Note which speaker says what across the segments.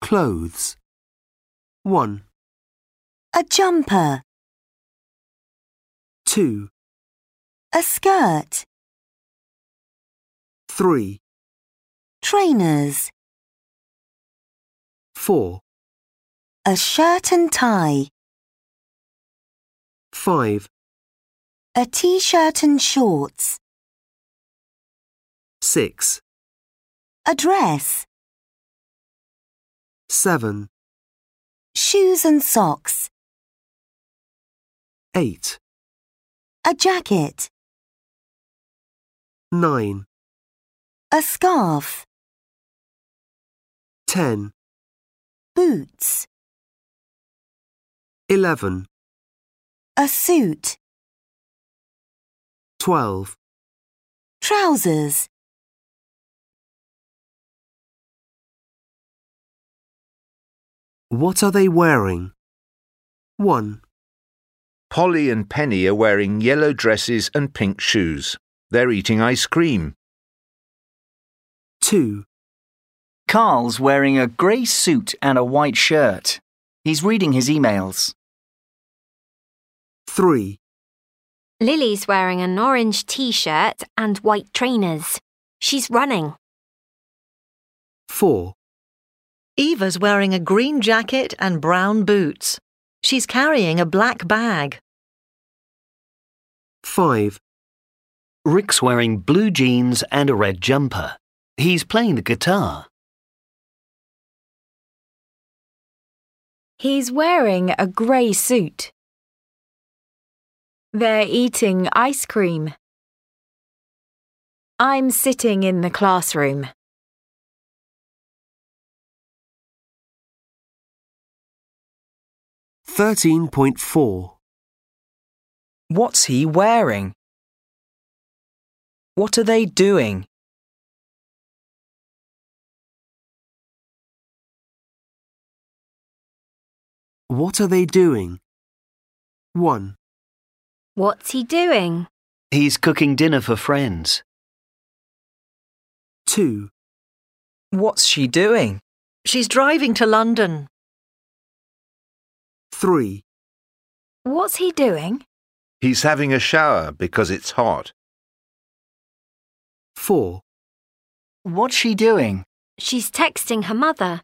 Speaker 1: Clothes. 1,
Speaker 2: a jumper,
Speaker 1: 2,
Speaker 2: a skirt,
Speaker 1: 3,
Speaker 2: trainers,
Speaker 1: 4,
Speaker 2: a shirt and tie,
Speaker 1: 5,
Speaker 2: a t-shirt and shorts,
Speaker 1: 6,
Speaker 2: a dress,
Speaker 1: 7,
Speaker 2: shoes and socks,
Speaker 1: 8,
Speaker 2: a jacket,
Speaker 1: 9,
Speaker 2: a scarf,
Speaker 1: 10,
Speaker 2: boots,
Speaker 1: 11,
Speaker 2: a suit,
Speaker 1: 12.
Speaker 2: trousers.
Speaker 1: What are they wearing? 1,
Speaker 3: Polly and Penny are wearing yellow dresses and pink shoes. They're eating ice cream.
Speaker 1: 2,
Speaker 4: Carl's wearing a grey suit and a white shirt. He's reading his emails.
Speaker 1: 3,
Speaker 5: Lily's wearing an orange t shirt and white trainers. She's running.
Speaker 1: 4,
Speaker 6: Eva's wearing a green jacket and brown boots. She's carrying a black bag.
Speaker 1: 5,
Speaker 7: Rick's wearing blue jeans and a red jumper. He's playing the guitar.
Speaker 8: He's wearing a grey suit. They're eating ice cream. I'm sitting in the classroom.
Speaker 1: Thirteen point four.
Speaker 4: What's he wearing? What are they doing?
Speaker 1: What are they doing? 1,
Speaker 5: What's he doing?
Speaker 7: He's cooking dinner for friends.
Speaker 1: 2,
Speaker 4: What's she doing?
Speaker 6: She's driving to London.
Speaker 1: 3,
Speaker 8: What's he doing?
Speaker 3: He's having a shower because it's hot.
Speaker 1: 4,
Speaker 4: What's she doing?
Speaker 5: She's texting her mother.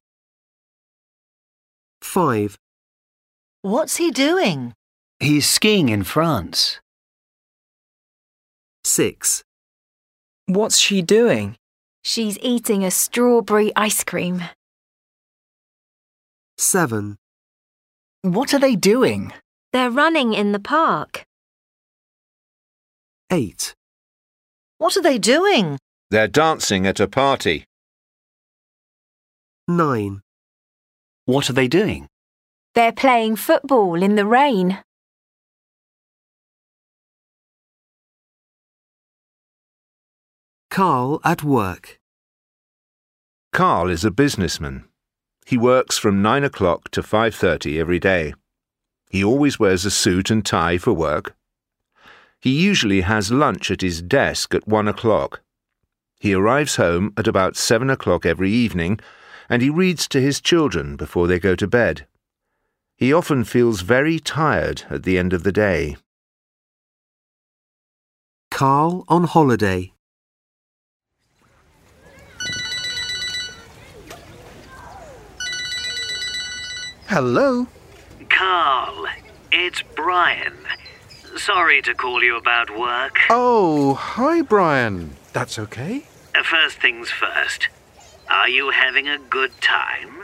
Speaker 1: 5,
Speaker 6: What's he doing?
Speaker 7: He's skiing in France.
Speaker 1: 6,
Speaker 4: What's she doing?
Speaker 8: She's eating a strawberry ice cream.
Speaker 1: 7,
Speaker 4: What are they doing?
Speaker 5: They're running in the park.
Speaker 1: 8,
Speaker 6: What are they doing?
Speaker 3: They're dancing at a party.
Speaker 1: 9,
Speaker 7: What are they doing?
Speaker 8: They're playing football in the rain.
Speaker 1: Carl at work.
Speaker 3: Carl is a businessman. He works from 9 o'clock to 5.30 every day. He always wears a suit and tie for work. He usually has lunch at his desk at 1 o'clock. He arrives home at about 7 o'clock every evening and he reads to his children before they go to bed. He often feels very tired at the end of the day.
Speaker 1: Carl on holiday.
Speaker 4: Hello.
Speaker 9: Carl, it's Brian. Sorry to call you about work.
Speaker 10: Oh, hi, Brian. That's okay.
Speaker 9: Uh, First things first. Are you having a good time?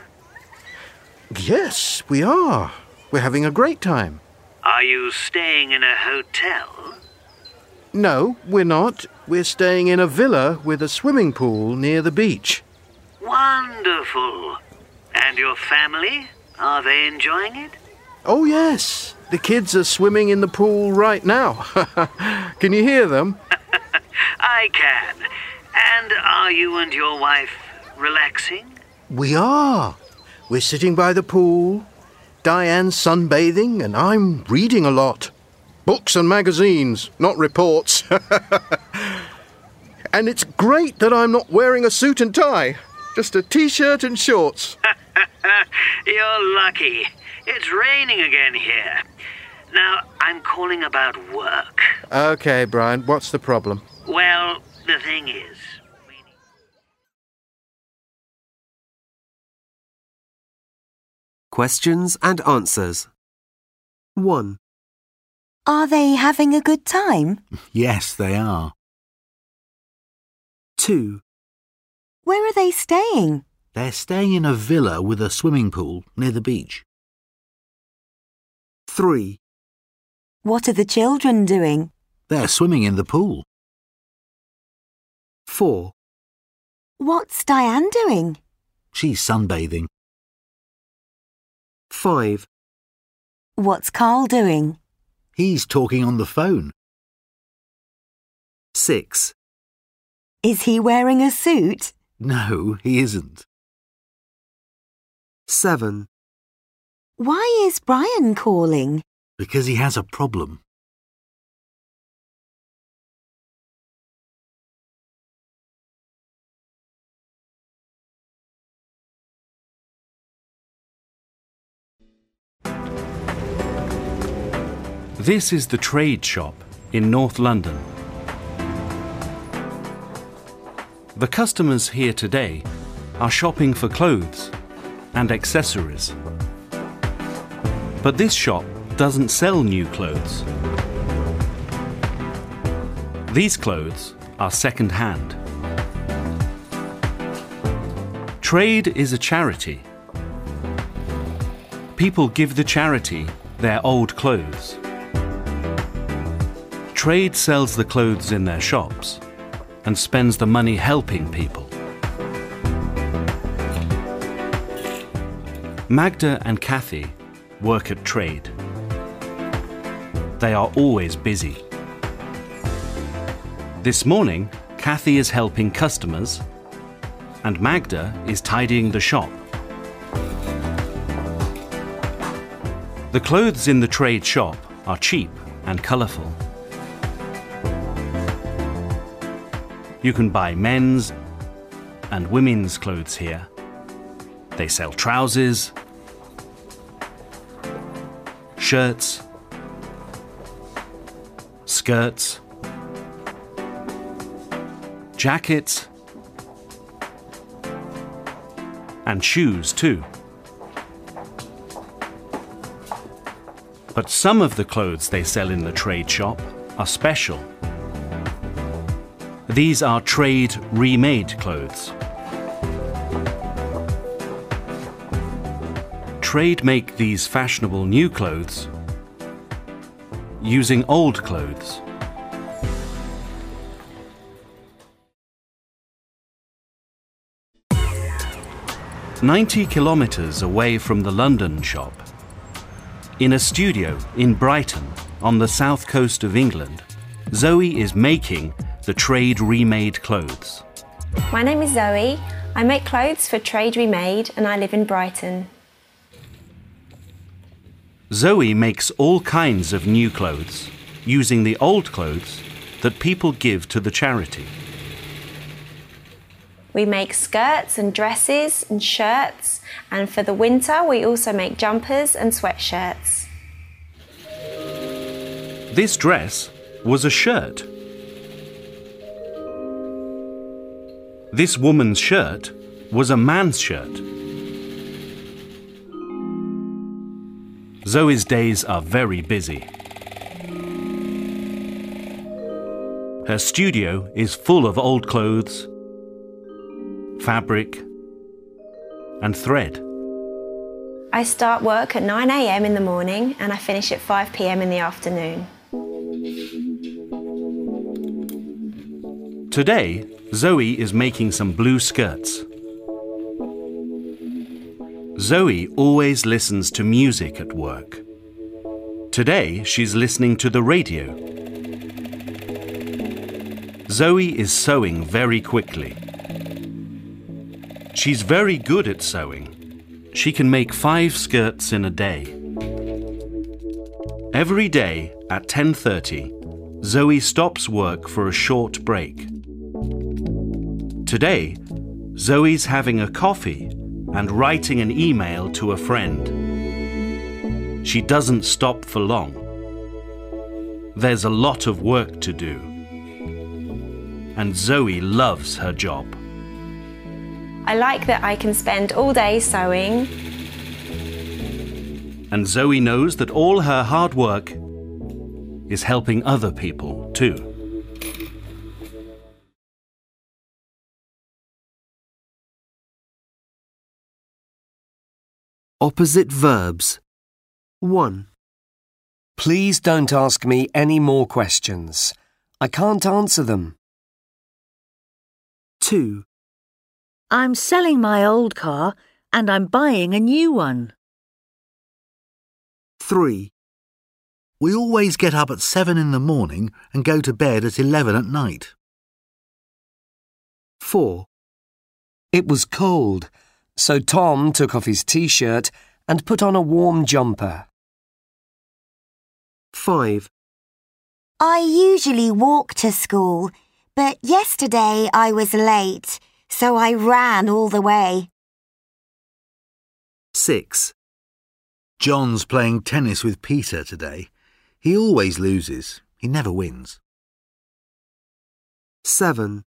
Speaker 10: Yes, we are. We're having a great time.
Speaker 9: Are you staying in a hotel?
Speaker 10: No, we're not. We're staying in a villa with a swimming pool near the beach.
Speaker 9: Wonderful. And your family? Are they enjoying it?
Speaker 10: Oh, yes. The kids are swimming in the pool right now. Can you hear them?
Speaker 9: I can. And are you and your wife relaxing?
Speaker 10: We are. We're sitting by the pool. Diane's sunbathing, and I'm reading a lot. Books and magazines, not reports. and it's great that I'm not wearing a suit and tie, just a t shirt and shorts.
Speaker 9: You're lucky. It's raining again here. Now, I'm calling about work.
Speaker 10: Okay, Brian, what's the problem?
Speaker 9: Well, the thing is.
Speaker 1: Questions and answers. 1,
Speaker 2: Are they having a good time?
Speaker 11: Yes, they are.
Speaker 1: 2,
Speaker 2: Where are they staying?
Speaker 11: They're staying in a villa with a swimming pool near the beach.
Speaker 1: 3,
Speaker 2: What are the children doing?
Speaker 11: They're swimming in the pool.
Speaker 1: 4,
Speaker 2: What's Diane doing?
Speaker 11: She's sunbathing.
Speaker 1: 5,
Speaker 2: What's Carl doing?
Speaker 11: He's talking on the phone.
Speaker 1: 6,
Speaker 2: Is he wearing a suit?
Speaker 11: No, he isn't.
Speaker 1: 7,
Speaker 2: Why is Brian calling?
Speaker 11: Because he has a problem.
Speaker 12: This is the trade shop in North London. The customers here today are shopping for clothes and accessories. But this shop doesn't sell new clothes. These clothes are second hand. Trade is a charity. People give the charity their old clothes. Trade sells the clothes in their shops and spends the money helping people. Magda and Kathy work at trade. They are always busy. This morning, Kathy is helping customers and Magda is tidying the shop. The clothes in the trade shop are cheap and colourful. You can buy men's and women's clothes here. They sell trousers, shirts, skirts, jackets, and shoes too. But some of the clothes they sell in the trade shop are special. These are trade remade clothes. Trade make these fashionable new clothes using old clothes. Ninety kilometres away from the London shop, in a studio in Brighton on the south coast of England, Zoe is making the trade remade clothes.
Speaker 13: My name is Zoe. I make clothes for Trade Remade and I live in Brighton.
Speaker 12: Zoe makes all kinds of new clothes using the old clothes that people give to the charity.
Speaker 13: We make skirts and dresses and shirts, and for the winter, we also make jumpers and sweatshirts.
Speaker 12: This dress was a shirt. This woman's shirt was a man's shirt. Zoe's days are very busy. Her studio is full of old clothes, fabric, and thread.
Speaker 13: I start work at 9am in the morning and I finish at 5pm in the afternoon.
Speaker 12: Today, Zoe is making some blue skirts. Zoe always listens to music at work. Today, she's listening to the radio. Zoe is sewing very quickly. She's very good at sewing. She can make five skirts in a day. Every day at 10:30, Zoe stops work for a short break. Today, Zoe's having a coffee and writing an email to a friend. She doesn't stop for long. There's a lot of work to do. And Zoe loves her job.
Speaker 13: I like that I can spend all day sewing.
Speaker 12: And Zoe knows that all her hard work is helping other people too.
Speaker 1: Opposite verbs. 1.
Speaker 14: Please don't ask me any more questions. I can't answer them.
Speaker 1: 2.
Speaker 15: I'm selling my old car and I'm buying a new one.
Speaker 1: 3.
Speaker 11: We always get up at seven in the morning and go to bed at eleven at night.
Speaker 1: 4.
Speaker 14: It was cold, so Tom took off his t shirt and put on a warm jumper.
Speaker 1: 5.
Speaker 2: I usually walk to school, but yesterday I was late, so I ran all the way.
Speaker 1: 6.
Speaker 11: John's playing tennis with Peter today. He always loses. He never wins.
Speaker 1: 7.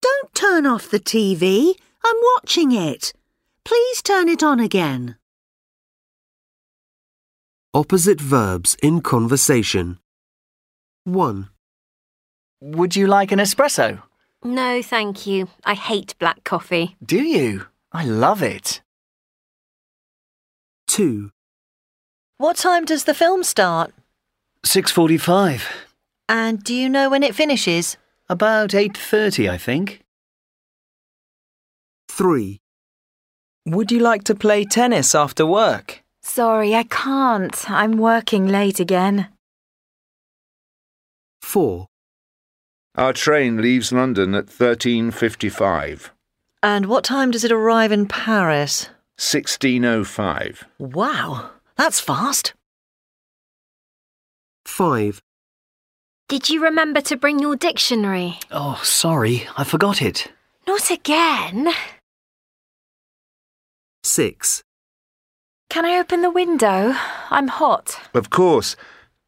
Speaker 15: Don't turn off the TV. I'm watching it. Please turn it on again.
Speaker 1: Opposite verbs in conversation. 1.
Speaker 4: Would you like an espresso?
Speaker 5: No, thank you. I hate black coffee.
Speaker 4: Do you? I love it.
Speaker 1: 2.
Speaker 6: What time does the film start?
Speaker 7: 6.45.
Speaker 6: And do you know when it finishes?
Speaker 7: About 8.30, I think.
Speaker 1: 3.
Speaker 4: Would you like to play tennis after work?
Speaker 8: Sorry, I can't. I'm working late again.
Speaker 1: 4.
Speaker 3: Our train leaves London at 13.55.
Speaker 6: And what time does it arrive in Paris?
Speaker 3: 16.05.
Speaker 6: Wow, that's fast.
Speaker 1: 5.
Speaker 5: Did you remember to bring your dictionary?
Speaker 7: Oh, sorry, I forgot it.
Speaker 5: Not again.
Speaker 1: 6.
Speaker 8: Can I open the window? I'm hot.
Speaker 3: Of course.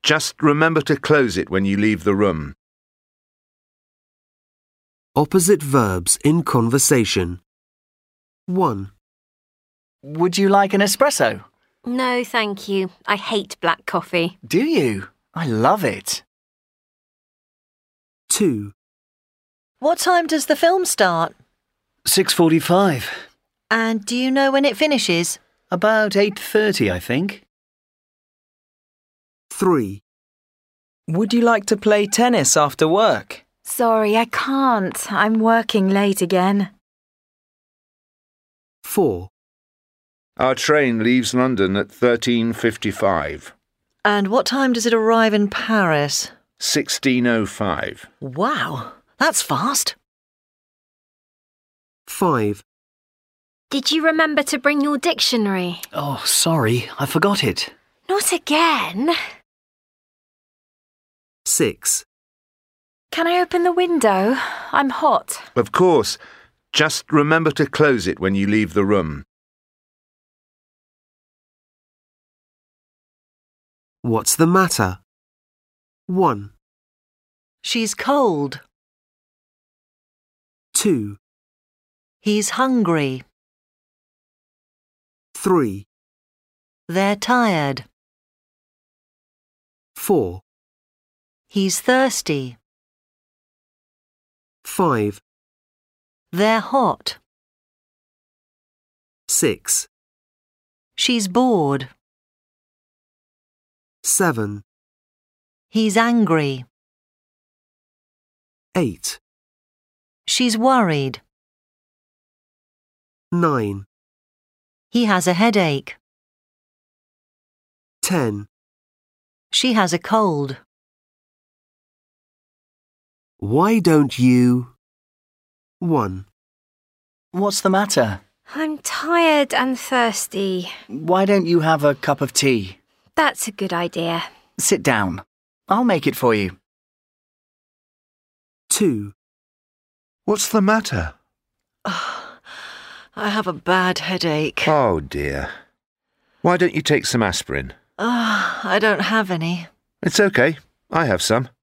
Speaker 3: Just remember to close it when you leave the room.
Speaker 1: Opposite verbs in conversation. 1.
Speaker 4: Would you like an espresso?
Speaker 5: No, thank you. I hate black coffee.
Speaker 4: Do you? I love it.
Speaker 1: 2.
Speaker 6: What time does the film start?
Speaker 7: 6.45.
Speaker 6: And do you know when it finishes?
Speaker 7: About 8.30, I think.
Speaker 1: 3.
Speaker 4: Would you like to play tennis after work?
Speaker 8: Sorry, I can't. I'm working late again.
Speaker 1: 4.
Speaker 3: Our train leaves London at 13.55.
Speaker 6: And what time does it arrive in Paris?
Speaker 3: 16.05.
Speaker 6: Wow, that's fast.
Speaker 1: 5.
Speaker 5: Did you remember to bring your dictionary?
Speaker 7: Oh, sorry, I forgot it.
Speaker 5: Not again.
Speaker 1: 6.
Speaker 8: Can I open the window? I'm hot.
Speaker 3: Of course. Just remember to close it when you leave the room.
Speaker 1: What's the matter? 1.
Speaker 6: She's cold.
Speaker 1: 2.
Speaker 6: He's hungry.
Speaker 1: 3.
Speaker 6: They're tired.
Speaker 1: 4.
Speaker 6: He's thirsty.
Speaker 1: 5.
Speaker 6: They're hot.
Speaker 1: 6.
Speaker 6: She's bored.
Speaker 1: 7.
Speaker 6: He's angry.
Speaker 1: 8.
Speaker 6: She's worried.
Speaker 1: 9.
Speaker 6: He has a headache.
Speaker 1: 10.
Speaker 6: She has a cold.
Speaker 1: Why don't you? 1.
Speaker 4: What's the matter?
Speaker 5: I'm tired and thirsty.
Speaker 4: Why don't you have a cup of tea?
Speaker 5: That's a good idea.
Speaker 4: Sit down. I'll make it for you.
Speaker 1: 2.
Speaker 3: What's the matter?
Speaker 4: I have a bad headache.
Speaker 3: Oh dear. Why don't you take some aspirin?
Speaker 4: Ah, I don't have any.
Speaker 3: It's okay. I have some.